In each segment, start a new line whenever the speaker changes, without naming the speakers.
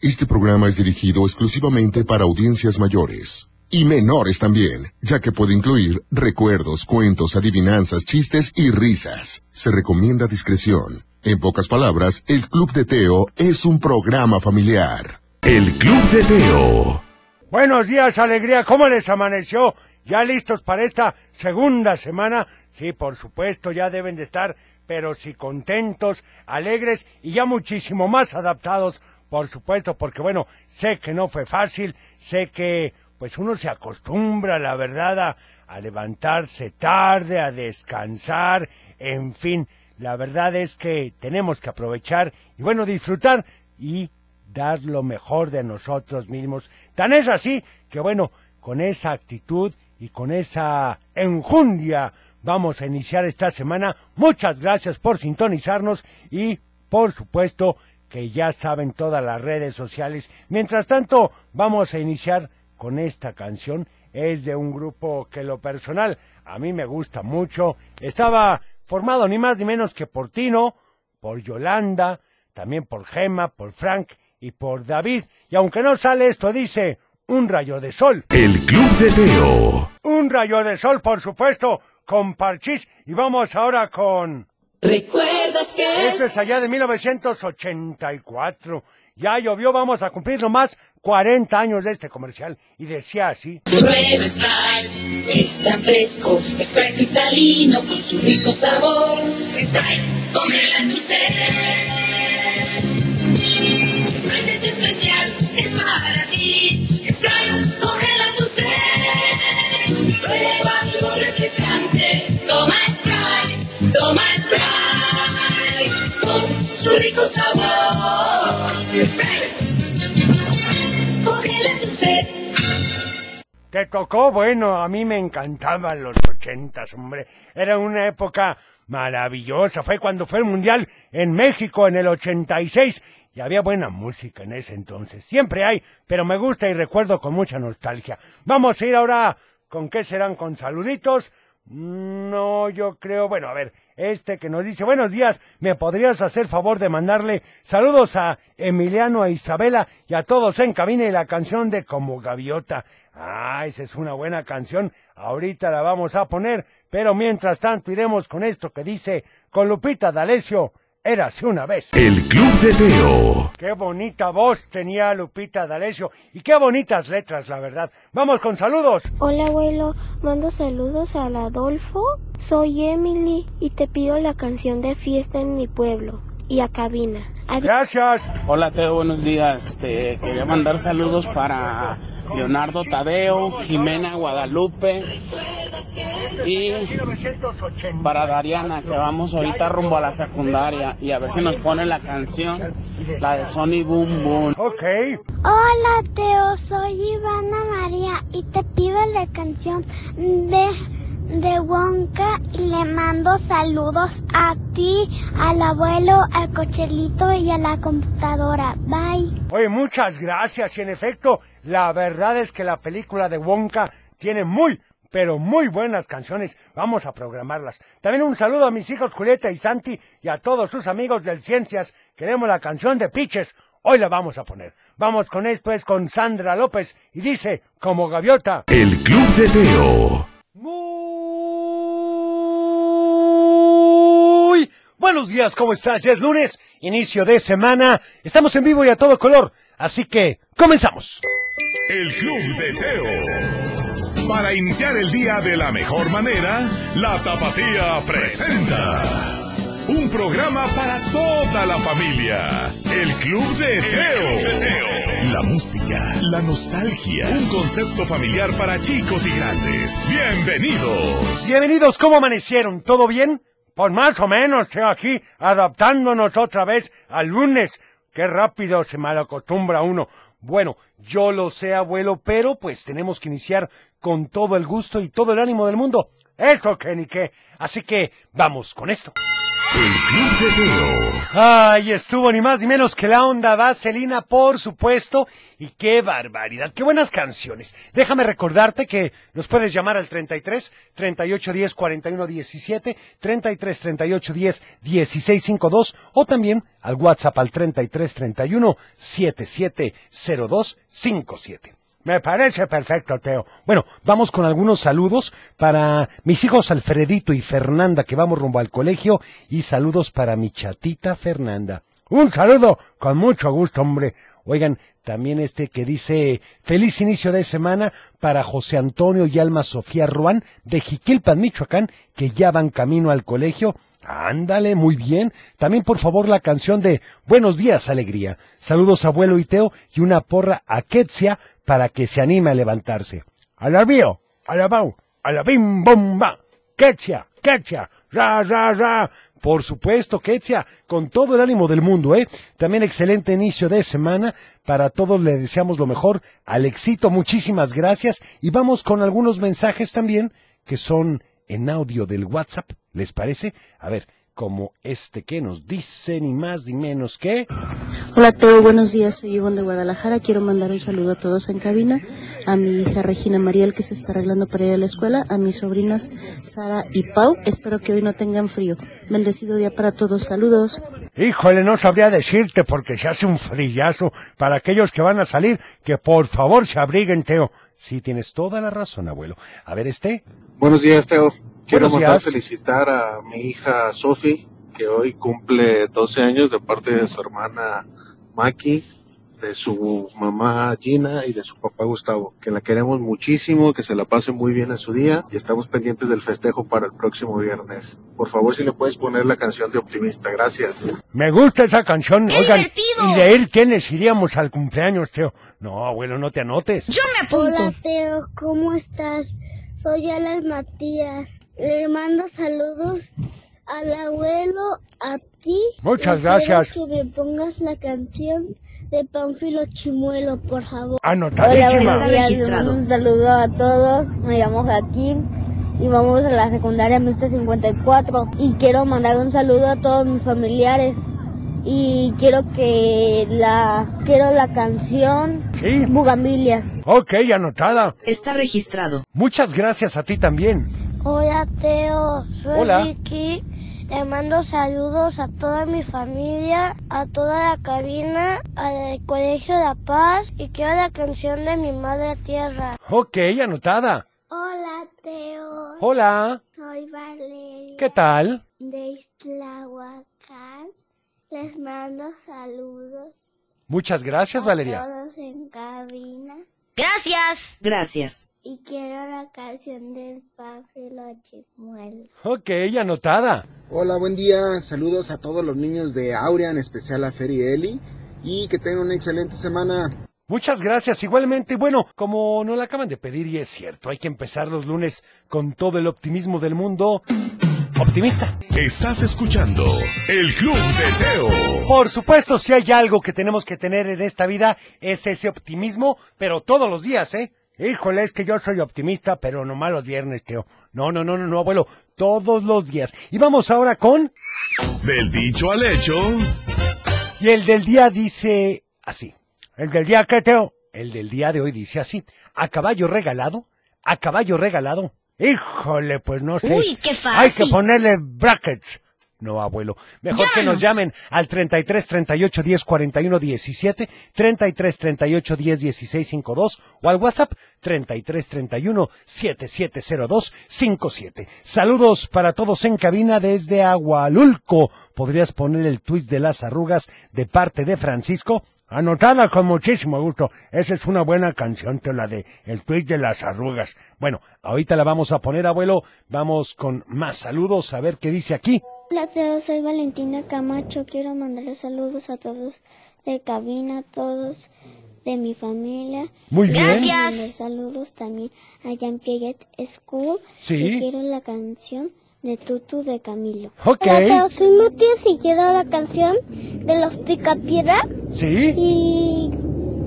Este programa es dirigido exclusivamente para audiencias mayores. Y menores también, ya que puede incluir recuerdos, cuentos, adivinanzas, chistes y risas. Se recomienda discreción. En pocas palabras, el Club de Teo es un programa familiar.
El Club de Teo.
Buenos días, alegría. ¿Cómo les amaneció? ¿Ya listos para esta segunda semana? Sí, por supuesto, ya deben de estar, pero sí contentos, alegres y ya muchísimo más adaptados, por supuesto, porque bueno, sé que no fue fácil, sé que pues uno se acostumbra, la verdad, a, a levantarse tarde, a descansar, en fin, la verdad es que tenemos que aprovechar y bueno, disfrutar y dar lo mejor de nosotros mismos. Tan es así que bueno, con esa actitud y con esa enjundia vamos a iniciar esta semana. Muchas gracias por sintonizarnos y por supuesto que ya saben todas las redes sociales. Mientras tanto, vamos a iniciar con esta canción. Es de un grupo que lo personal a mí me gusta mucho. Estaba formado ni más ni menos que por Tino, por Yolanda, también por Gema, por Frank y por David. Y aunque no sale esto, dice un rayo de sol.
El Club de Teo.
Un rayo de sol, por supuesto, con Parchís. Y vamos ahora con...
¿Recuerdas
Esto
que?
es allá de 1984. Ya llovió, vamos a cumplir nomás 40 años de este comercial. Y decía así.
Prueba Sprite, es tan fresco, es tan cristalino con su rico sabor. Sprite, congela tu sed. Sprite es especial, es para ti. Sprite, congela tu sed. Prueba algo refrescante, toma Sprite, toma Sprite, con su rico sabor. Sprite, congela tu sed.
¿Te tocó? Bueno, a mí me encantaban los ochentas, hombre. Era una época maravillosa. Fue cuando fue el Mundial en México en el 86. Y había buena música en ese entonces. Siempre hay, pero me gusta y recuerdo con mucha nostalgia. Vamos a ir ahora con qué serán con saluditos. No, yo creo, bueno, a ver, este que nos dice, buenos días, ¿me podrías hacer favor de mandarle saludos a Emiliano, a Isabela y a todos en cabina y la canción de Como Gaviota? Ah, esa es una buena canción, ahorita la vamos a poner, pero mientras tanto iremos con esto que dice, con Lupita D'Alessio, érase una vez.
El Club de Teo.
Qué bonita voz tenía Lupita D'Alessio y qué bonitas letras, la verdad. Vamos con saludos.
Hola abuelo, mando saludos al Adolfo. Soy Emily y te pido la canción de fiesta en mi pueblo y a cabina. Adiós.
Gracias.
Hola Teo, buenos días. Este, quería mandar saludos para Leonardo Tadeo, Jimena Guadalupe y para Dariana, que vamos ahorita rumbo a la secundaria y a ver si nos ponen la canción, la de Sony Boom Boom.
Ok,
Hola Teo, soy Ivana María y te pido la canción de, de Wonka y le mando saludos a ti, al abuelo, al cochelito y a la computadora. Bye.
Oye, muchas gracias. Y en efecto, la verdad es que la película de Wonka tiene muy, pero muy buenas canciones. Vamos a programarlas. También un saludo a mis hijos Julieta y Santi y a todos sus amigos del Ciencias. Queremos la canción de Piches. Hoy la vamos a poner. Vamos con esto, es con Sandra López y dice, como gaviota.
El Club de Teo.
Muy buenos días, ¿cómo estás? Ya es lunes, inicio de semana. Estamos en vivo y a todo color, así que comenzamos.
El Club de Teo. Para iniciar el día de la mejor manera, la Tapatía presenta. Un programa para toda la familia. El Club de Teo. La música, la nostalgia, un concepto familiar para chicos y grandes. Bienvenidos.
Bienvenidos, ¿cómo amanecieron? ¿Todo bien? Pues más o menos, estoy aquí adaptándonos otra vez al lunes. Qué rápido se malacostumbra uno.
Bueno, yo lo sé, abuelo, pero pues tenemos que iniciar con todo el gusto y todo el ánimo del mundo.
Eso que ni qué.
Así que vamos con esto.
El Club de Teo.
Ay, estuvo ni más ni menos que la onda vaselina, por supuesto. Y qué barbaridad, qué buenas canciones. Déjame recordarte que nos puedes llamar al 33 38 10 41 17, 33 38 10 16 52 o también al WhatsApp al 33 31 77 02 57.
Me parece perfecto, Teo. Bueno, vamos con algunos saludos para mis hijos Alfredito y Fernanda, que vamos rumbo al colegio, y saludos para mi chatita Fernanda. Un saludo, con mucho gusto, hombre. Oigan, también este que dice, feliz inicio de semana para José Antonio y Alma Sofía Ruán de Jiquilpan, Michoacán, que ya van camino al colegio. Ándale, muy bien. También, por favor, la canción de Buenos días, alegría. Saludos, abuelo y Teo, y una porra a Ketsia para que se anime a levantarse. Alabío, alabao, alabim bomba. Ketsia, Ketsia, ra, ra, ra. Por supuesto, Ketsia, con todo el ánimo del mundo, ¿eh? También excelente inicio de semana. Para todos le deseamos lo mejor. Alexito, muchísimas gracias. Y vamos con algunos mensajes también que son en audio del WhatsApp. ¿Les parece? A ver, como este que nos dice ni más ni menos que...
Hola Teo, buenos días, soy Ivonne de Guadalajara. Quiero mandar un saludo a todos en cabina, a mi hija Regina Mariel que se está arreglando para ir a la escuela, a mis sobrinas Sara y Pau. Espero que hoy no tengan frío. Bendecido día para todos, saludos.
Híjole, no sabría decirte porque se hace un frillazo para aquellos que van a salir, que por favor se abriguen, Teo. Sí, tienes toda la razón, abuelo. A ver, este.
Buenos días, Teo. Quiero
Buenos
mandar
días.
felicitar a mi hija Sofi, que hoy cumple 12 años de parte de su hermana Maki, de su mamá Gina y de su papá Gustavo, que la queremos muchísimo, que se la pase muy bien en su día y estamos pendientes del festejo para el próximo viernes. Por favor, si le puedes poner la canción de Optimista, gracias.
Me gusta esa canción,
¡Qué
oigan.
divertido!
Y de él, ¿quiénes iríamos al cumpleaños, Teo? No, abuelo, no te anotes.
Yo me
Hola
apunto.
Teo, ¿cómo estás? Soy Alan Matías. Le mando saludos al abuelo, a ti.
Muchas
Y
gracias.
Quiero que me pongas la canción de Panfilo Chimuelo, por favor.
Anotadísima.
registrado.
Un saludo a todos. Me llamo Joaquín y vamos a la secundaria Mixta 54. Y quiero mandar un saludo a todos mis familiares. Y quiero que la quiero la canción
Sí.
Bugambilias.
Ok, anotada.
Está registrado.
Muchas gracias a ti también.
Hola Teo, soy
Hola.
Vicky. Le mando saludos a toda mi familia, a toda la cabina, al Colegio La Paz y quiero la canción de mi madre tierra.
Ok, anotada.
Hola Teo,
Hola,
soy Valeria
¿qué tal?
de Islahuacán. Les mando saludos
Muchas gracias, Valeria.
todos en cabina
Gracias.
Gracias.
y quiero la canción del Pablo Chimuelo.
Ok, anotada.
Hola, buen día. Saludos a todos los niños de Aurea, en especial a Fer y Eli. Y que tengan una excelente semana.
Muchas gracias, igualmente. Bueno, como nos la acaban de pedir y es cierto, hay que empezar los lunes con todo el optimismo del mundo. Optimista.
Estás escuchando El Club de Teo.
Por supuesto, si hay algo que tenemos que tener en esta vida es ese optimismo, pero todos los días, ¿eh?
Híjole, es que yo soy optimista, pero nomás los viernes, Teo. No, no, no, no, no, abuelo, todos los días. Y vamos ahora con...
Del dicho al hecho,
Y el del día dice
Así. El del día que, Teo. El del día de hoy dice así. A caballo regalado, a caballo regalado. Híjole, pues no sé.
Uy, qué
Hay que
fácil.
ponerle brackets. No, abuelo. Mejor que nos
Llámanos.
llamen al 33 38 10 41 17, 33 38 10 16 52 o al WhatsApp 33 31 7702 57. Saludos para todos en cabina desde Agualulco. ¿Podrías poner el tuit de las arrugas de parte de Francisco? Anotada con muchísimo gusto. Esa es una buena canción, te la de El tweet de las arrugas. Bueno, ahorita la vamos a poner, abuelo. Vamos con más saludos a ver qué dice aquí.
Hola Teo, soy Valentina Camacho. Quiero mandarles saludos a todos de cabina, a todos de mi familia.
Muy bien.
Gracias.
Mandar saludos también a Jean Piaget School.
Sí.
Y quiero la canción de Tutu de Camilo.
Ok.
Hola Teo, soy Matías y quiero la canción de Los Picapiedra.
¿Sí?
Y,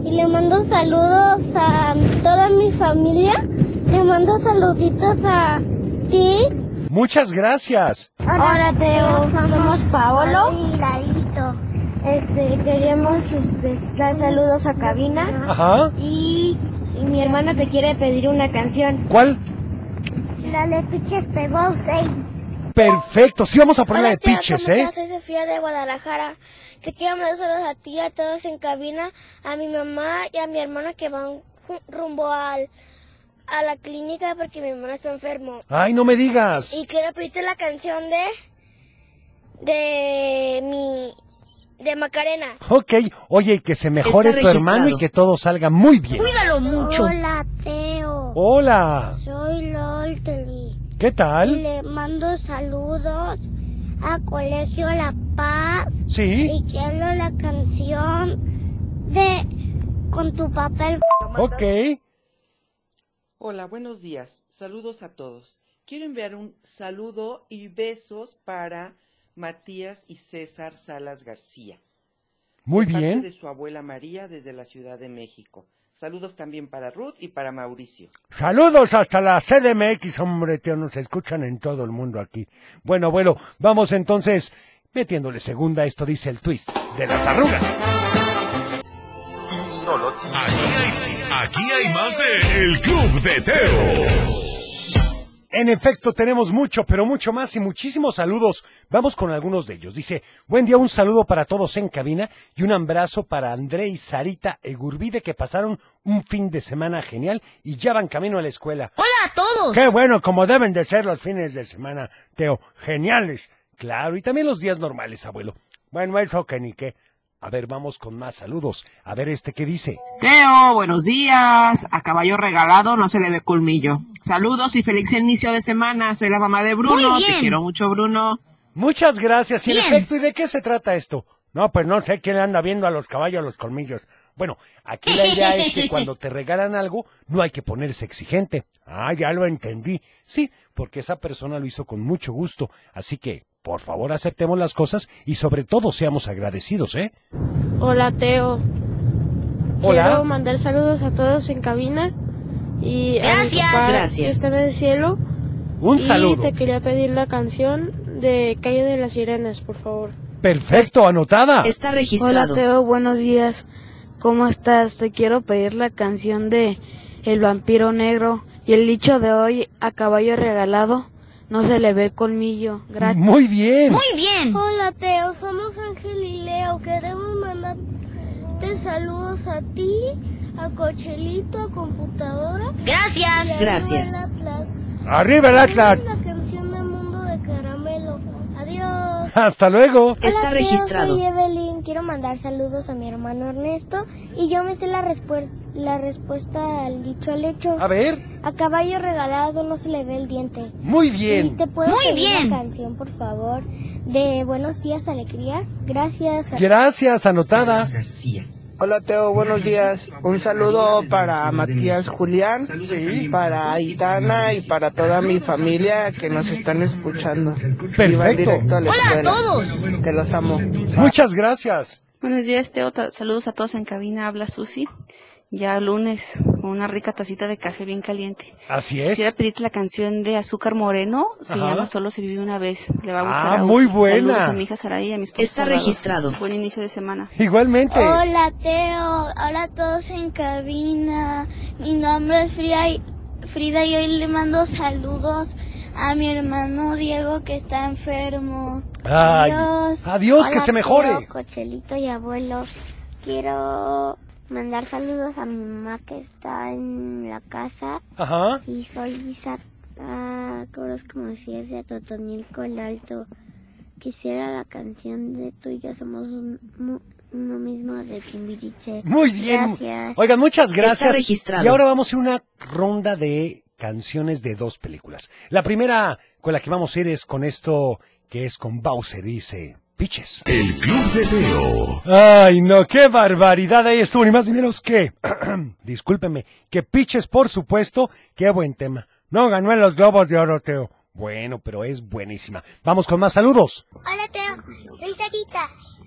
y le mando saludos a toda mi familia. Le mando saluditos a ti.
Muchas gracias.
Hola, Teo. Somos Paolo.
Y Lalito.
Este, queríamos este, dar saludos a cabina.
Ajá.
Y, y mi hermana te quiere pedir una canción.
¿Cuál?
La de Piches pegó seis.
Perfecto. Sí, vamos a poner la de
Hola, tía,
pitches,
¿cómo
¿eh?
estás? Soy Sofía de Guadalajara. Te quiero mandar saludos a ti, a todos en cabina, a mi mamá y a mi hermana que van ju- rumbo al, a la clínica porque mi hermana está enfermo.
Ay, no me digas.
Y quiero pedirte la canción de. de mi. de Macarena.
Ok, oye, y que se mejore
Está
tu hermano y
registrado.
que todo salga muy bien.
Cuídalo mucho.
Hola, Teo.
Hola,
Soy Lolteli.
¿qué
¿Eh?
tal?
Le mando saludos a Colegio La Paz
¿Eh?
Sí,
y quiero la canción de Con tu papel.
ok.
Hola, buenos días. Saludos a todos. Quiero enviar un saludo y besos para Matías y César Salas García.
Muy
de parte
bien.
de su abuela María desde la Ciudad de México. Saludos también para Ruth y para Mauricio.
Saludos hasta la CDMX, hombre, tío, nos escuchan en todo el mundo aquí. Bueno, abuelo, vamos entonces metiéndole segunda, esto dice el twist de las arrugas.
Aquí hay, aquí hay más de El Club de Teo.
En efecto, tenemos mucho, pero mucho más y muchísimos saludos. Vamos con algunos de ellos. Dice, buen día, un saludo para todos en cabina y un abrazo para André y Sarita Egurbide que pasaron un fin de semana genial y ya van camino a la escuela.
Hola a todos.
Pues
Qué bueno, como deben de ser los fines de semana, Teo. Geniales. Claro, y también los días normales, abuelo. Bueno, eso que ni qué. A ver, vamos con más saludos. A ver este que dice.
Teo, buenos días. A caballo regalado no se le ve culmillo. Saludos y feliz inicio de semana. Soy la mamá de Bruno.
Muy bien.
Te quiero mucho, Bruno.
Muchas gracias. Y en
Bien.
efecto, ¿y de qué se trata esto? No, pues no sé quién le anda viendo a los caballos los colmillos. Bueno, aquí la idea es que cuando te regalan algo, no hay que ponerse exigente. Ah, ya lo entendí. Sí, porque esa persona lo hizo con mucho gusto. Así que, por favor, aceptemos las cosas y sobre todo seamos agradecidos, ¿eh?
Hola, Teo. Quiero
Hola.
mandar saludos a todos en cabina. Y
Gracias.
A mi papá,
Gracias.
Que está en el cielo.
Un
y
saludo.
te quería pedir la canción de Calle de las Sirenas, por favor.
Perfecto, anotada.
Está registrado.
Teo, buenos días. ¿Cómo estás? Te quiero pedir la canción de El vampiro negro y el dicho de hoy a caballo regalado. No se le ve colmillo.
Muy bien.
Muy bien.
Hola Teo, somos Ángel y Leo. Queremos mandarte saludos a ti, a Cochelito, a Computadora.
Gracias. Gracias.
Arriba el Atlas.
La canción del mundo de caramelo. Adiós.
Hasta luego.
Está
Hola,
registrado.
Teo, soy Evelyn. Quiero mandar saludos a mi hermano Ernesto y yo me sé la, respuer- la respuesta al dicho al hecho.
A ver.
A caballo regalado no se le ve el diente.
Muy
¿Y
bien.
¿Te puedo
Muy
pedir
bien.
la canción, por favor, de Buenos días Alegría? Gracias.
Gracias, anotada.
García.
Hola, Teo, buenos días. Un saludo para Matías Julián, para Aitana y para toda mi familia que nos están escuchando.
Perfecto.
Hola a todos.
Te los amo.
Muchas gracias.
Buenos días, Teo. Ta- Saludos a todos en cabina. Habla Susi. Ya lunes, con una rica tacita de café bien caliente.
Así
Quisiera
es.
pedirte la canción de Azúcar Moreno. Se
Ajá.
llama Solo se vive una vez. Le va a gustar.
Ah,
a-
muy buena.
Saludos a mi hija Saray y a mis
Está registrado.
Buen inicio de semana.
Igualmente.
Hola Teo, hola a todos en cabina. Mi nombre es Frida y, Frida y hoy le mando saludos a mi hermano Diego que está enfermo.
Ay,
Adiós.
adiós, que
Hola,
se mejore.
Teo, cochelito y abuelos. Quiero mandar saludos a mi mamá que está en la casa
Ajá.
y soy Isa ah, Conozco como si es de Totonielco el Alto. Quisiera la canción de tú y yo somos un- mu- uno mismo de Timbiriche.
Muy bien.
Gracias.
Oigan, muchas
Está
gracias.
registrado.
Y ahora vamos a una ronda de canciones de dos películas. La primera con la que vamos a ir es con esto que es con Bowser, dice Piches.
El Club de Teo.
Ay, no, qué barbaridad ahí estuvo, ni más ni menos que. Discúlpeme, que piches, por supuesto, qué buen tema. No ganó en los Globos de Oro, Teo. Bueno, pero es buenísima. Vamos con más saludos.
Hola Teo, soy Sarita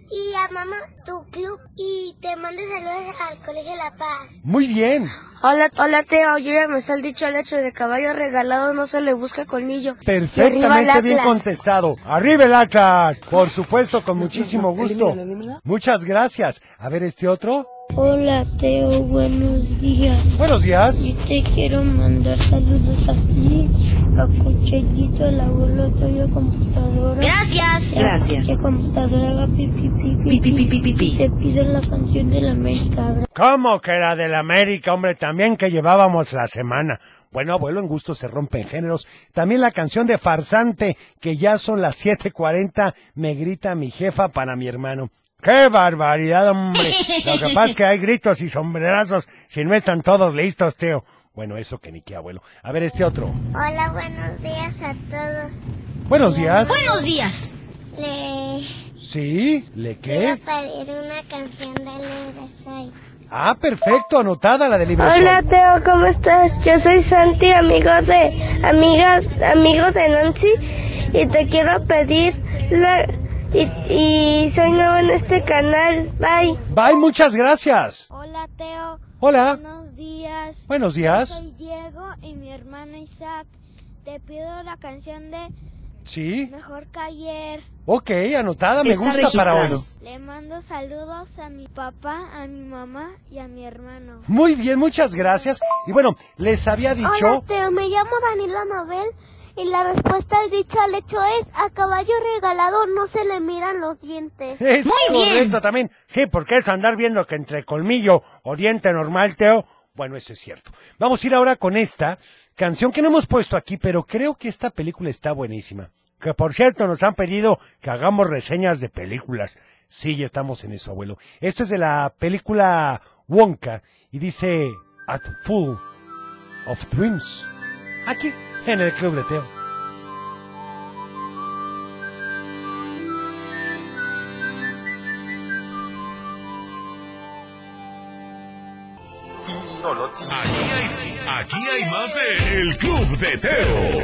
y amamos tu club y te mando saludos al Colegio La Paz.
Muy bien.
Hola, hola Teo, yo ya me está el dicho al hecho de caballo regalado no se le busca colmillo.
Perfectamente bien contestado. Arriba el Atlas. Por supuesto, con muchísimo gusto. Muchas gracias. A ver este otro.
Hola Teo, buenos días.
Buenos días.
Yo te quiero mandar saludos a ti, a Cuchellito, al abuelo Toyo Computadora.
Gracias.
Gracias. Que computadora haga pi, pi, pi, pi, pi, pi, pi, pi, pi. Te pido la canción de la América. gra-
¿Cómo que era del América, hombre? También que llevábamos la semana. Bueno, abuelo, en gusto se rompen géneros. También la canción de Farsante, que ya son las 7.40, me grita mi jefa para mi hermano. ¡Qué barbaridad, hombre! Lo que pasa es que hay gritos y sombrerazos si no están todos listos, Teo. Bueno, eso que ni qué, abuelo. A ver este otro.
Hola, buenos días a todos.
Buenos días.
días.
¿Eh?
Le
¿Sí? ¿Le qué?
quiero pedir una canción de Libre Soy.
Ah, perfecto, anotada la de Libre Sol.
Hola Teo, ¿cómo estás? Yo soy Santi, amigos de amigas, amigos de Nancy, y te quiero pedir la y, y soy nuevo en este canal. Bye.
Bye, muchas gracias.
Hola Teo.
Hola.
Buenos días.
Ah. Buenos días.
Yo soy Diego y mi hermano Isaac. Te pido la canción de
Sí.
Mejor que ayer.
Ok, anotada, me
Está
gusta para
registrado.
hoy.
Le mando saludos a mi papá, a mi mamá y a mi hermano.
Muy bien, muchas gracias. Y bueno, les había
Hola,
dicho,
Teo, me llamo Daniela Mabel y la respuesta al dicho al hecho es a caballo regalado no se le miran los dientes.
es correcto también. Sí, porque es andar viendo que entre colmillo o diente normal, Teo. Bueno, eso es cierto. Vamos a ir ahora con esta canción que no hemos puesto aquí, pero creo que esta película está buenísima. Que por cierto, nos han pedido que hagamos reseñas de películas. Sí, ya estamos en eso, abuelo. Esto es de la película Wonka y dice At Full of Dreams. Aquí, en el Club de Teo.
Aquí hay, aquí hay más de El Club de Teo.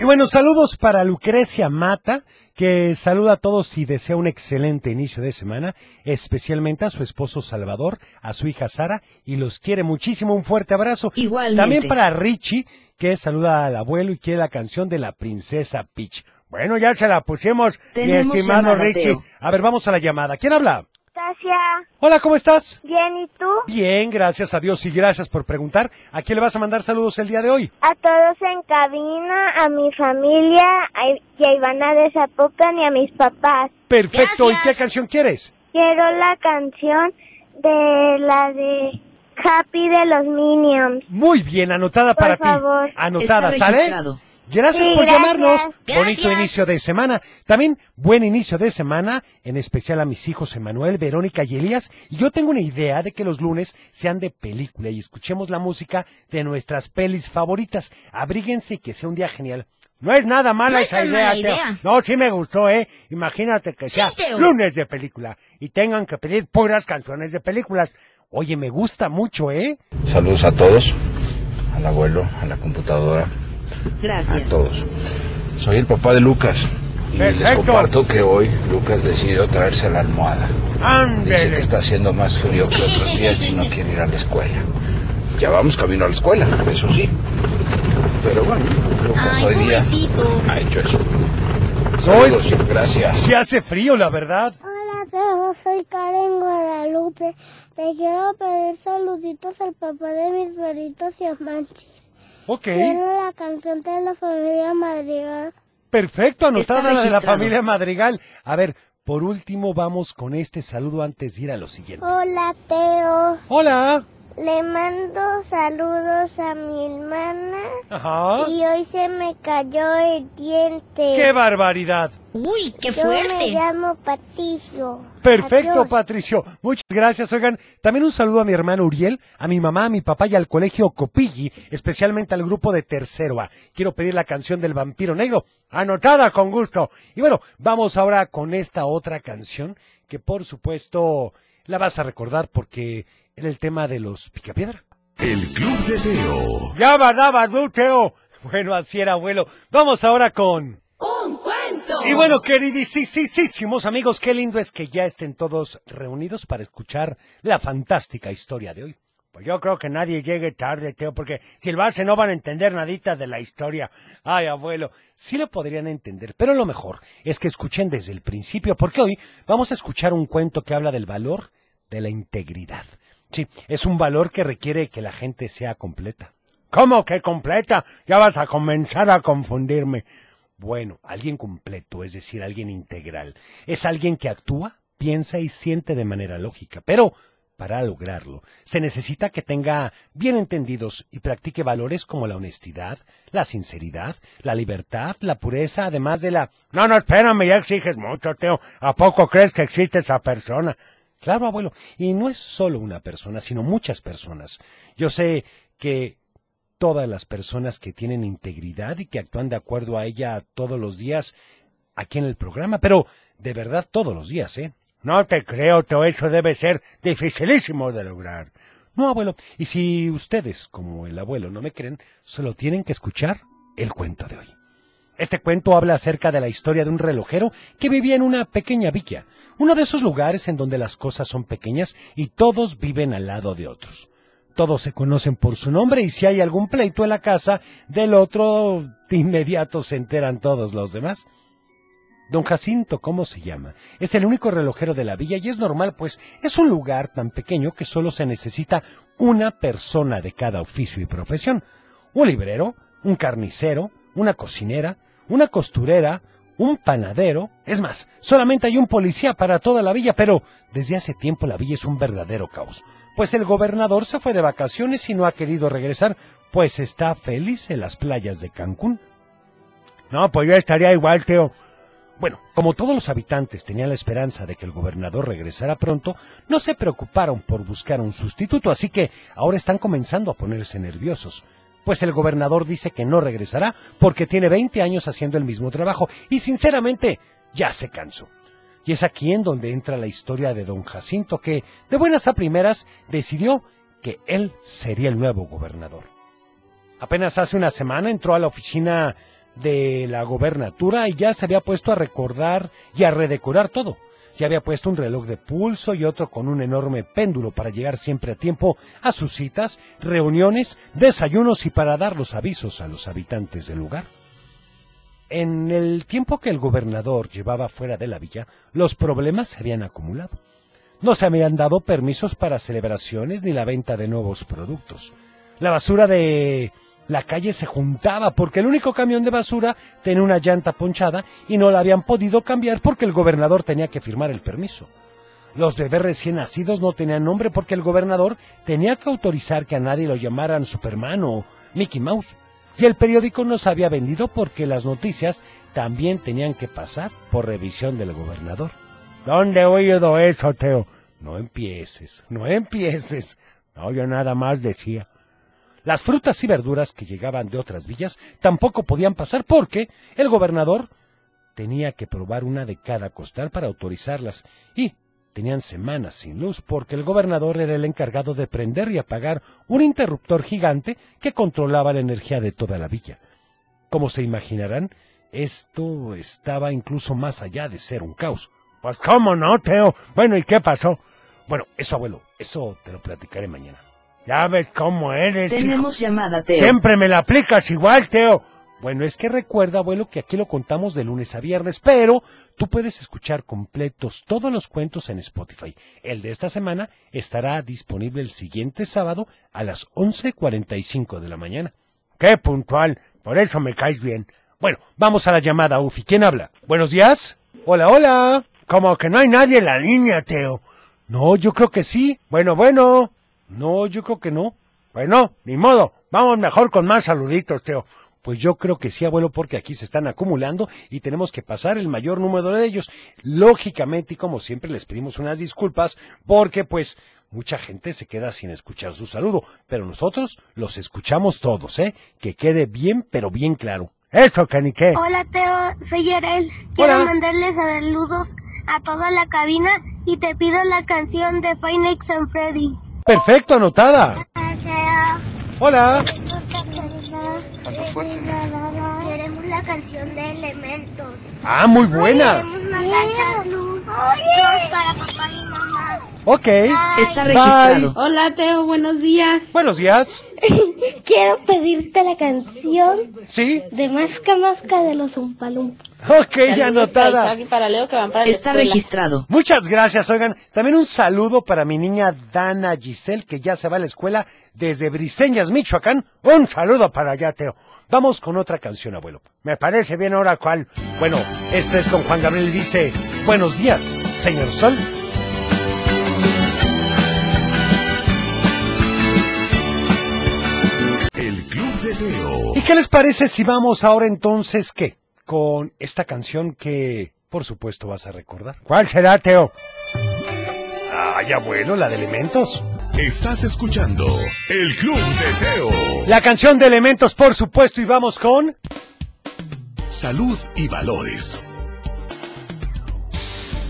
Y bueno, saludos para Lucrecia Mata, que saluda a todos y desea un excelente inicio de semana, especialmente a su esposo Salvador, a su hija Sara, y los quiere muchísimo. Un fuerte abrazo.
Igualmente.
También para Richie, que saluda al abuelo y quiere la canción de la princesa Peach. Bueno, ya se la pusimos, mi
Tenemos
estimado
llamada,
Richie.
Teo.
A ver, vamos a la llamada. ¿Quién habla?
Gracias.
Hola, ¿cómo estás?
Bien, ¿y tú?
Bien, gracias a Dios y gracias por preguntar. ¿A quién le vas a mandar saludos el día de hoy?
A todos en cabina, a mi familia, a, I- y a Ivana de Zapopan y a mis papás.
Perfecto. ¿Y qué canción quieres?
Quiero la canción de la de Happy de los Minions.
Muy bien, anotada
Por
para ti.
favor.
Anotada,
Está
¿sale?
registrado.
Gracias
Sí,
por
gracias.
llamarnos.
Gracias.
Bonito inicio de semana. También buen inicio de semana, en especial a mis hijos Emanuel, Verónica y Elías. Y yo tengo una idea de que los lunes sean de película y escuchemos la música de nuestras pelis favoritas. Abríguense y que sea un día genial. No es nada
No
mala
es
esa
tan
idea,
mala
Teo.
idea.
No, sí me gustó, ¿eh? Imagínate que sea
Teo.
lunes de película y tengan que pedir puras canciones de películas. Oye, me gusta mucho, ¿eh?
Saludos a todos, al abuelo, a la computadora, a
Gracias.
todos. Soy el papá de Lucas y les
Perfecto.
comparto que hoy Lucas decidió traerse la almohada. Dice que está haciendo más frío que otros días y no quiere ir a la escuela. Ya vamos camino a la escuela, eso sí. Pero bueno, Lucas
Ay,
hoy día
pobrecito.
ha hecho eso.
No, es
Saludos, gracias.
Sí hace frío, la verdad.
Hola, Teo, soy Karen Guadalupe. Te quiero pedir saluditos al papá de mis perritos y a Manchi.
Ok.
Quiero la canción de la familia Madrigal.
Perfecto, anotada
Está
la de la
registrado.
familia Madrigal. A ver, por último vamos con este saludo antes de ir a lo siguiente.
Hola, Teo.
Hola.
Le mando saludos a mi hermana.
Ajá.
Y hoy se me cayó el diente.
¿Ah? ¡Qué barbaridad!
Uy,
qué
Yo
fuerte.
me llamo Patricio.
Perfecto,
Adiós.
Patricio. Muchas gracias. Oigan, también un saludo a mi hermano Uriel, a mi mamá, a mi papá y al colegio Copilli, especialmente al grupo de tercero A. Quiero pedir la canción del vampiro negro, anotada con gusto. Y bueno, vamos ahora con esta otra canción que por supuesto la vas a recordar porque era el tema de los picapiedra.
El Club de Teo.
Ya va, daba, Bueno, así era, abuelo. Vamos ahora con
¡Un cuento!
Y bueno, queridísimos amigos, qué lindo es que ya estén todos reunidos para escuchar la fantástica historia de hoy.
Pues yo creo que nadie llegue tarde, Teo, porque si lo hace no van a entender nadita de la historia. Ay, abuelo,
sí lo podrían entender, pero lo mejor es que escuchen desde el principio, porque hoy vamos a escuchar un cuento que habla del valor de la integridad. Sí, es un valor que requiere que la gente sea completa.
¿Cómo que completa? Ya vas a comenzar a confundirme.
Bueno, alguien completo, es decir, alguien integral, es alguien que actúa, piensa y siente de manera lógica, pero para lograrlo, se necesita que tenga bien entendidos y practique valores como la honestidad, la sinceridad, la libertad, la pureza, además de la...
No, no, espérame, ya exiges mucho, Teo. ¿A poco crees que existe esa persona?
Claro, abuelo. Y no es solo una persona, sino muchas personas. Yo sé que todas las personas que tienen integridad y que actúan de acuerdo a ella todos los días aquí en el programa, pero de verdad todos los días, ¿eh?
No te creo, todo eso debe ser dificilísimo de lograr.
No, abuelo, y si ustedes, como el abuelo, no me creen, solo tienen que escuchar el cuento de hoy. Este cuento habla acerca de la historia de un relojero que vivía en una pequeña villa, uno de esos lugares en donde las cosas son pequeñas y todos viven al lado de otros. Todos se conocen por su nombre y si hay algún pleito en la casa del otro, de inmediato se enteran todos los demás. Don Jacinto, ¿cómo se llama? Es el único relojero de la villa y es normal, pues es un lugar tan pequeño que solo se necesita una persona de cada oficio y profesión. Un librero, un carnicero, una cocinera, una costurera, un panadero. Es más, solamente hay un policía para toda la villa, pero desde hace tiempo la villa es un verdadero caos. Pues el gobernador se fue de vacaciones y no ha querido regresar, pues está feliz en las playas de Cancún.
No, pues yo estaría igual, Teo.
Bueno, como todos los habitantes tenían la esperanza de que el gobernador regresara pronto, no se preocuparon por buscar un sustituto, así que ahora están comenzando a ponerse nerviosos. Pues el gobernador dice que no regresará porque tiene 20 años haciendo el mismo trabajo y sinceramente ya se cansó. Y es aquí en donde entra la historia de don Jacinto que, de buenas a primeras, decidió que él sería el nuevo gobernador. Apenas hace una semana entró a la oficina de la gobernatura y ya se había puesto a recordar y a redecorar todo. Ya había puesto un reloj de pulso y otro con un enorme péndulo para llegar siempre a tiempo a sus citas, reuniones, desayunos y para dar los avisos a los habitantes del lugar. En el tiempo que el gobernador llevaba fuera de la villa, los problemas se habían acumulado. No se habían dado permisos para celebraciones ni la venta de nuevos productos. La basura de la calle se juntaba porque el único camión de basura tenía una llanta ponchada y no la habían podido cambiar porque el gobernador tenía que firmar el permiso. Los bebés recién nacidos no tenían nombre porque el gobernador tenía que autorizar que a nadie lo llamaran Superman o Mickey Mouse. Y el periódico no se había vendido porque las noticias también tenían que pasar por revisión del gobernador.
¿Dónde he oído eso, Teo?
No empieces, no empieces.
No, yo nada más decía.
Las frutas y verduras que llegaban de otras villas tampoco podían pasar porque el gobernador tenía que probar una de cada costal para autorizarlas y tenían semanas sin luz porque el gobernador era el encargado de prender y apagar un interruptor gigante que controlaba la energía de toda la villa. Como se imaginarán, esto estaba incluso más allá de ser un caos.
Pues cómo no, Teo. Bueno, ¿y qué pasó?
Bueno, eso, abuelo, eso te lo platicaré mañana.
Ya ves cómo eres.
Tenemos
hijo.
llamada, Teo.
Siempre me la aplicas igual, Teo.
Bueno, es que recuerda, abuelo, que aquí lo contamos de lunes a viernes, pero tú puedes escuchar completos todos los cuentos en Spotify. El de esta semana estará disponible el siguiente sábado a las 11.45 de la mañana.
¡Qué puntual! Por eso me caes bien.
Bueno, vamos a la llamada, Ufi. ¿Quién habla? Buenos días.
Hola, hola. Como que no hay nadie en la línea, Teo.
No, yo creo que sí.
Bueno, bueno.
No, yo creo que no.
Pues no, ni modo. Vamos mejor con más saluditos, Teo.
Pues yo creo que sí, abuelo, porque aquí se están acumulando y tenemos que pasar el mayor número de ellos. Lógicamente, y como siempre, les pedimos unas disculpas porque, pues, mucha gente se queda sin escuchar su saludo, pero nosotros los escuchamos todos, ¿eh? Que quede bien, pero bien claro.
Eso, Canique.
Hola, Teo, soy Yarel. Quiero Hola. mandarles saludos a toda la cabina y te pido la canción de Phoenix and Freddy.
Perfecto, anotada.
Hola.
Hola.
Queremos la
la canción de Elementos.
Ah, muy buena.
Queremos mandar saludos para papá y mamá.
Ok.
Está registrado.
Hola Teo, buenos días.
Buenos días.
Quiero pedirte la canción
¿Sí?
de Masca Masca de los Umpalumpas.
Ok, anotada.
para Leo que van para la
Está
escuela.
registrado.
Muchas gracias, oigan. También un saludo para mi niña Dana Giselle, que ya se va a la escuela desde Briseñas, Michoacán. Un saludo para allá, Teo. Vamos con otra canción, abuelo. Me parece bien ahora cuál. Bueno, este es con Juan Gabriel. Dice, buenos días, señor Sol.
El Club de Teo.
¿Y qué les parece si vamos ahora entonces qué? Con esta canción que, por supuesto, vas a recordar. ¿Cuál será, Teo? Ay, abuelo, la de elementos.
Estás escuchando El Club de Teo.
La canción de elementos, por supuesto, y vamos con...
Salud y valores.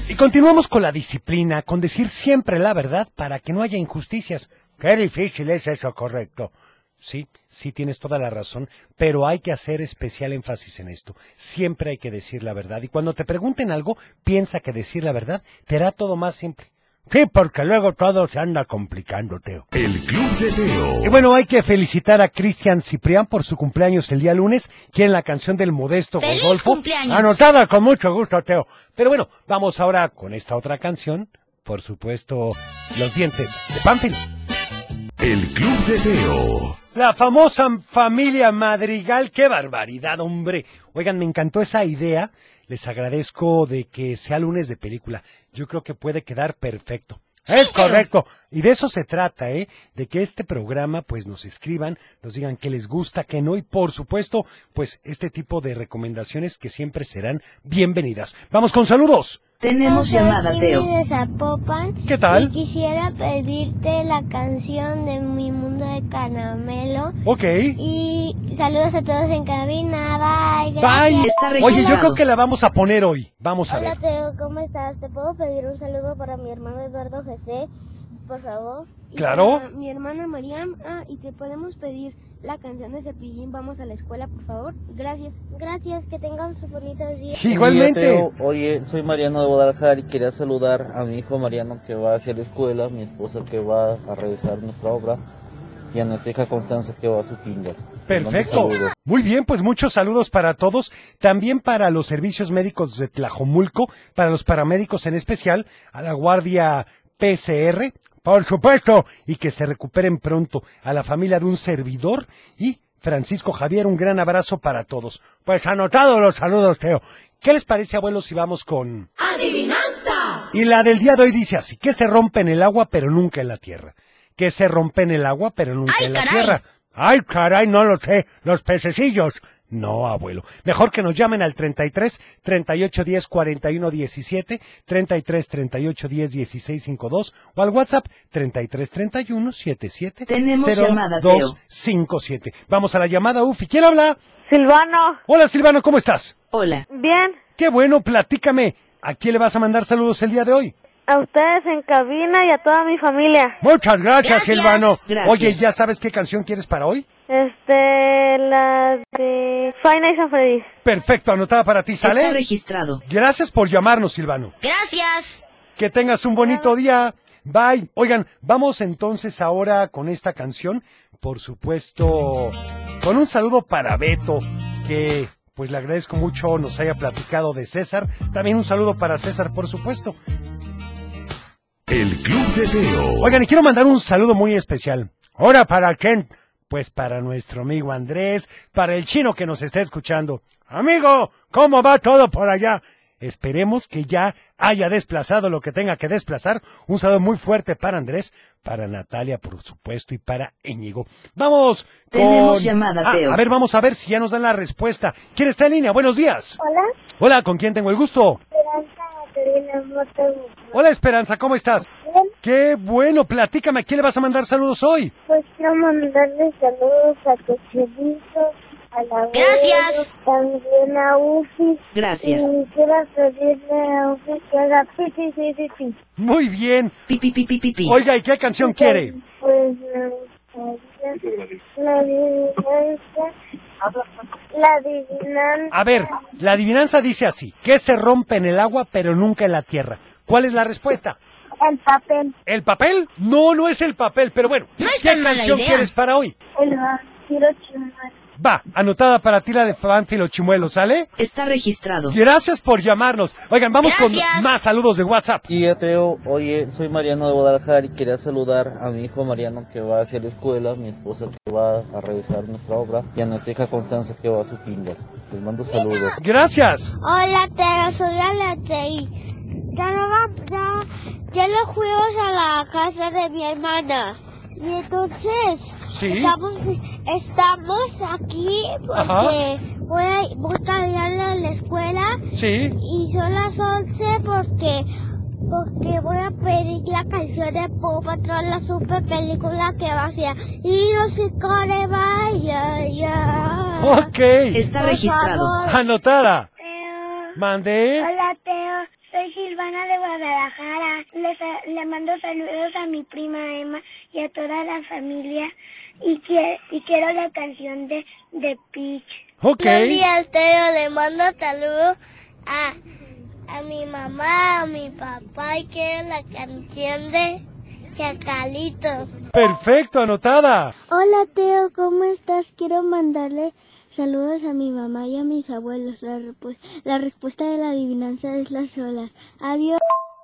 Y continuamos con la disciplina, con decir siempre la verdad para que no haya injusticias. Qué difícil es eso, correcto. Sí, sí tienes toda la razón, pero hay que hacer especial énfasis en esto. Siempre hay que decir la verdad. Y cuando te pregunten algo, piensa que decir la verdad te hará todo más simple. Sí, porque luego todo se anda complicando, Teo.
El Club de Teo.
Y bueno, hay que felicitar a Cristian Ciprián por su cumpleaños el día lunes, quien la canción del modesto
¡Feliz
Rodolfo.
cumpleaños!
Anotada con mucho gusto, Teo. Pero bueno, vamos ahora con esta otra canción. Por supuesto, Los dientes de Pánfilo.
El Club de Teo.
La famosa familia Madrigal, qué barbaridad, hombre. Oigan, me encantó esa idea. Les agradezco de que sea lunes de película. Yo creo que puede quedar perfecto. es correcto. Y de eso se trata, ¿eh? De que este programa, pues, nos escriban, nos digan qué les gusta, qué no, y por supuesto, pues, este tipo de recomendaciones que siempre serán bienvenidas. Vamos con saludos.
Tenemos llamada,
Soy Jimmy
Teo.
de Zapopan.
¿Qué tal?
Y quisiera pedirte la canción de Mi Mundo de Caramelo.
Ok.
Y saludos a todos en cabina. Bye.
Bye.
gracias.
Oye, yo creo que la vamos a poner hoy. Vamos a
Hola
ver.
Teo, ¿cómo estás? ¿Te puedo pedir un saludo para mi hermano Eduardo José, por favor? Y
Claro.
para mi hermana Mariam, ah, y te podemos pedir la canción de Cepillín, vamos a la escuela, por favor. Gracias. Gracias, que tengan sus bonitos días.
Igualmente.
Teo. Oye, soy Mariano de Guadalajara y quería saludar a mi hijo Mariano que va hacia la escuela, mi esposa que va a revisar nuestra obra y a nuestra hija Constanza que va a su kinder. Te mando
Perfecto.
saludos.
Muy bien, pues muchos saludos para todos, también para los servicios médicos de Tlajomulco, para los paramédicos en especial, a la Guardia PCR, por supuesto, y que se recuperen pronto, a la familia de un servidor y Francisco Javier, un gran abrazo para todos. Pues anotado los saludos, Teo. ¿Qué les parece, abuelos, si vamos con...
¡Adivinanza!
Y la del día de hoy dice así, que se rompe en el agua pero nunca en la tierra. Que se rompe en el agua pero nunca en la
caray!
tierra. Ay, caray, no lo sé, los pececillos. No, abuelo. Mejor que nos llamen al 33 38 10 41 17, 33 38 10 16 52 o al WhatsApp 33 31 77
Tenemos llamada, Teo.
02 57. Vamos a la llamada Ufi. ¿Quién habla?
Silvano,
Hola, Silvano, ¿cómo estás?
Hola.
bien,
Qué bueno, platícame. ¿A quién le vas a mandar saludos el día de hoy?
a ustedes en cabina y a toda mi familia.
Muchas gracias,
Gracias.
Silvano.
Gracias.
Oye, ¿ya sabes qué canción quieres para hoy?
Este, la de Five Nights at Freddy's.
Perfecto, anotada para ti, ¿sale?
Está
registrado.
Gracias por llamarnos, Silvano.
Gracias.
Que tengas un bonito día. Bye. Oigan, vamos entonces ahora con esta canción. Por supuesto, con un saludo para Beto, que pues le agradezco mucho nos haya platicado de César. También un saludo para César, por supuesto.
El Club de Teo.
Oigan, y quiero mandar un saludo muy especial. ¿Ahora para quién? Pues para nuestro amigo Andrés, para el chino que nos está escuchando. Amigo, ¿cómo va todo por allá? Esperemos que ya haya desplazado lo que tenga que desplazar. Un saludo muy fuerte para Andrés, para Natalia, por supuesto, y para Íñigo. Vamos. con-
Tenemos llamada,
Ah,
Teo.
a ver, vamos a ver si ya nos dan la respuesta. ¿Quién está en línea? Buenos días.
Hola,
Hola, ¿con quién tengo el gusto?
Esperanza Catalina Mota.
Hola, Esperanza, ¿cómo estás? Qué bueno, platícame, ¿a quién le vas a mandar saludos hoy?
Pues quiero mandarle saludos a Cochelito, a la
Gracias.
abuela, también a Ufi.
Gracias.
Y quiero pedirle a Ufi que haga pipi, pipi, pipi.
Muy bien.
Pipi, pipi, pipi.
Oiga, ¿y qué canción quiere?
Pues me gustaría la adivinanza
La adivinanza.
A ver, la adivinanza dice así, ¿qué se rompe en el agua pero nunca en la tierra? ¿Cuál es la respuesta?
El papel.
¿El papel? No, no es el papel, pero bueno,
No es
¿qué
tan mala
canción
idea.
quieres para hoy?
El vampiro chimuelo.
Va, anotada para ti la de Fántilo Chimuelo, ¿sale?
Está registrado.
Gracias por llamarnos. Oigan, vamos
Gracias.
con más saludos de WhatsApp.
Y yo Teo, oye, soy Mariano de Guadalajara y quería saludar a mi hijo Mariano que va hacia la escuela, mi esposa que va a revisar nuestra obra y a nuestra hija Constanza que va a su kinder. Les mando saludos.
Gracias.
Hola, Teo, soy Alexei. Ya no va, ya, ya nos fuimos a la casa de mi hermana. Y entonces,
Sí.
estamos, estamos aquí
Ajá.
porque voy, a- voy caminando a la escuela.
Sí.
Y son las 11 porque, porque voy a pedir la canción de Paw Patrol, la super película que va a ser. Y no se corre, vaya, ya.
Ok.
Oh, Está Por registrado. favor.
Anotada. Mandé.
Hola, Teo. Soy Silvana de Guadalajara. Les, eh, le mando saludos a mi prima Emma y a toda la familia. Y, quie- y quiero la canción de, de Peach.
Ok.
Buen día, Teo. Le mando saludos a, a mi mamá, a mi papá y quiero la canción de Chacalito.
Perfecto, anotada.
Hola Teo, ¿cómo estás? Quiero mandarle saludos a mi mamá y a mis abuelos. La, repu- la respuesta de la adivinanza es las olas. Adiós.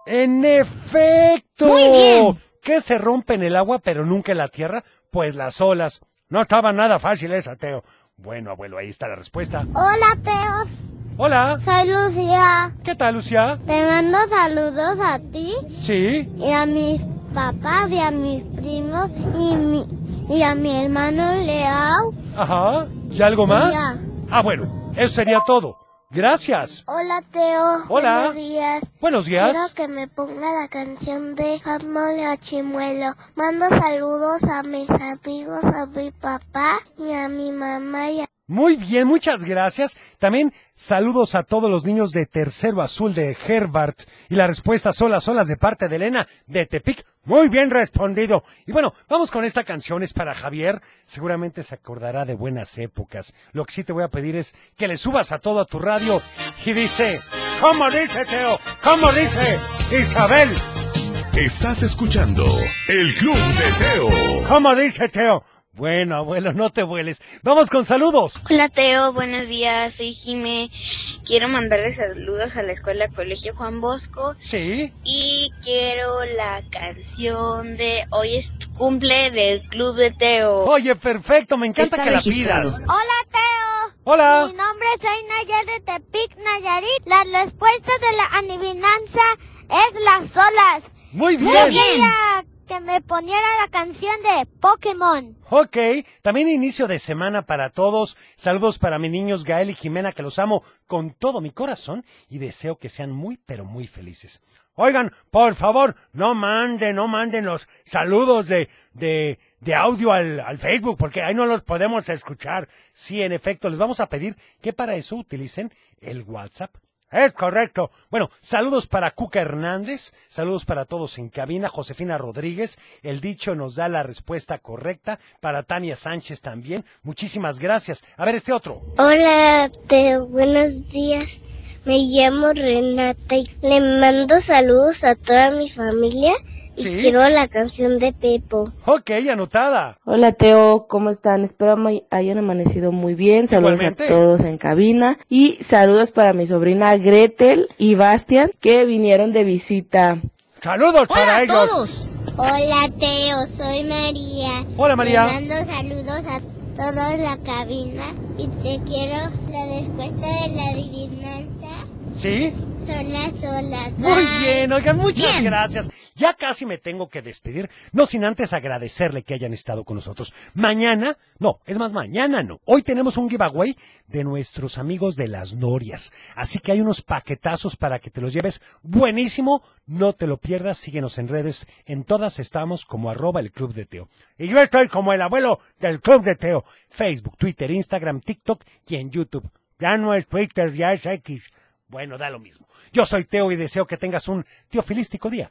En efecto.
Muy bien.
¿Qué se rompe en el agua pero nunca en la tierra? Pues las olas. No estaba nada fácil esa, Teo. Bueno, abuelo, ahí está la respuesta.
Hola, Teo.
Hola.
Soy Lucía.
¿Qué tal, Lucía?
Te mando saludos a ti
Sí.
y a mis papás y a mis primos y, mi- y a mi hermano Leao.
Ajá. ¿Y algo más?
Ya.
Ah, bueno, eso sería todo. Gracias.
Hola, Teo.
Hola.
Buenos días.
Buenos días.
Quiero que me ponga la canción de Amole a Chimuelo. Mando saludos a mis amigos, a mi papá y a mi mamá y a
Muy bien, muchas gracias. También saludos a todos los niños de Tercero Azul de Herbert. Y la respuesta son las olas de parte de Elena de Tepic. Muy bien respondido. Y bueno, vamos con esta canción, es para Javier. Seguramente se acordará de buenas épocas. Lo que sí te voy a pedir es que le subas a todo a tu radio. Y dice, ¿cómo dice Teo? ¿Cómo dice Isabel?
Estás escuchando el Club de Teo.
¿Cómo dice Teo? Bueno, abuelo, no te vueles. Vamos con saludos.
Hola Teo, buenos días, soy Jime. Quiero mandarle saludos a la escuela Colegio Juan Bosco
Sí.
y quiero la canción de Hoy es tu cumple del Club de Teo.
Oye, perfecto, me encanta que la pidas.
Hola, Teo.
Hola.
Mi nombre es Nayar de Tepic, Nayarit. La respuesta de la adivinanza es las olas.
Muy bien.
Yo quería que me poniera la canción de Pokémon.
Ok, también inicio de semana para todos. Saludos para mis niños Gael y Jimena, que los amo con todo mi corazón y deseo que sean muy, pero muy felices. Oigan, por favor, no manden, no manden los saludos de, de, de audio al, al Facebook, porque ahí no los podemos escuchar. Sí, en efecto, les vamos a pedir que para eso utilicen el WhatsApp. Es correcto. Bueno, saludos para Cuca Hernández, saludos para todos en cabina, Josefina Rodríguez, el dicho nos da la respuesta correcta, para Tania Sánchez también, muchísimas gracias. A ver este otro.
Hola Teo, buenos días. Me llamo Renata y le mando saludos a toda mi familia y
Sí.
quiero la canción de Pepo.
Ok, anotada.
Hola Teo, ¿cómo están? Espero may- hayan amanecido muy bien. Saludos
Igualmente.
a todos en cabina y saludos para mi sobrina Gretel y Bastian que vinieron de visita.
Saludos
para ellos.
Hola, Teo. Soy María.
Hola, María.
Te mando saludos a toda la cabina y te quiero la respuesta de la adivinanza.
¿Sí?
Son las olas.
Muy
Bye.
bien, oigan, muchas gracias. Ya casi me tengo que despedir, no sin antes agradecerle que hayan estado con nosotros. Mañana, no, es más, mañana no. Hoy tenemos un giveaway de nuestros amigos de las Norias. Así que hay unos paquetazos para que te los lleves. Buenísimo, no te lo pierdas, síguenos en redes. En todas estamos como arroba el Club de Teo. Y yo estoy como el abuelo del Club de Teo. Facebook, Twitter, Instagram, TikTok y en YouTube. Ya no es Twitter, ya es X. Bueno, da lo mismo. Yo soy Teo y deseo que tengas un teofilístico día.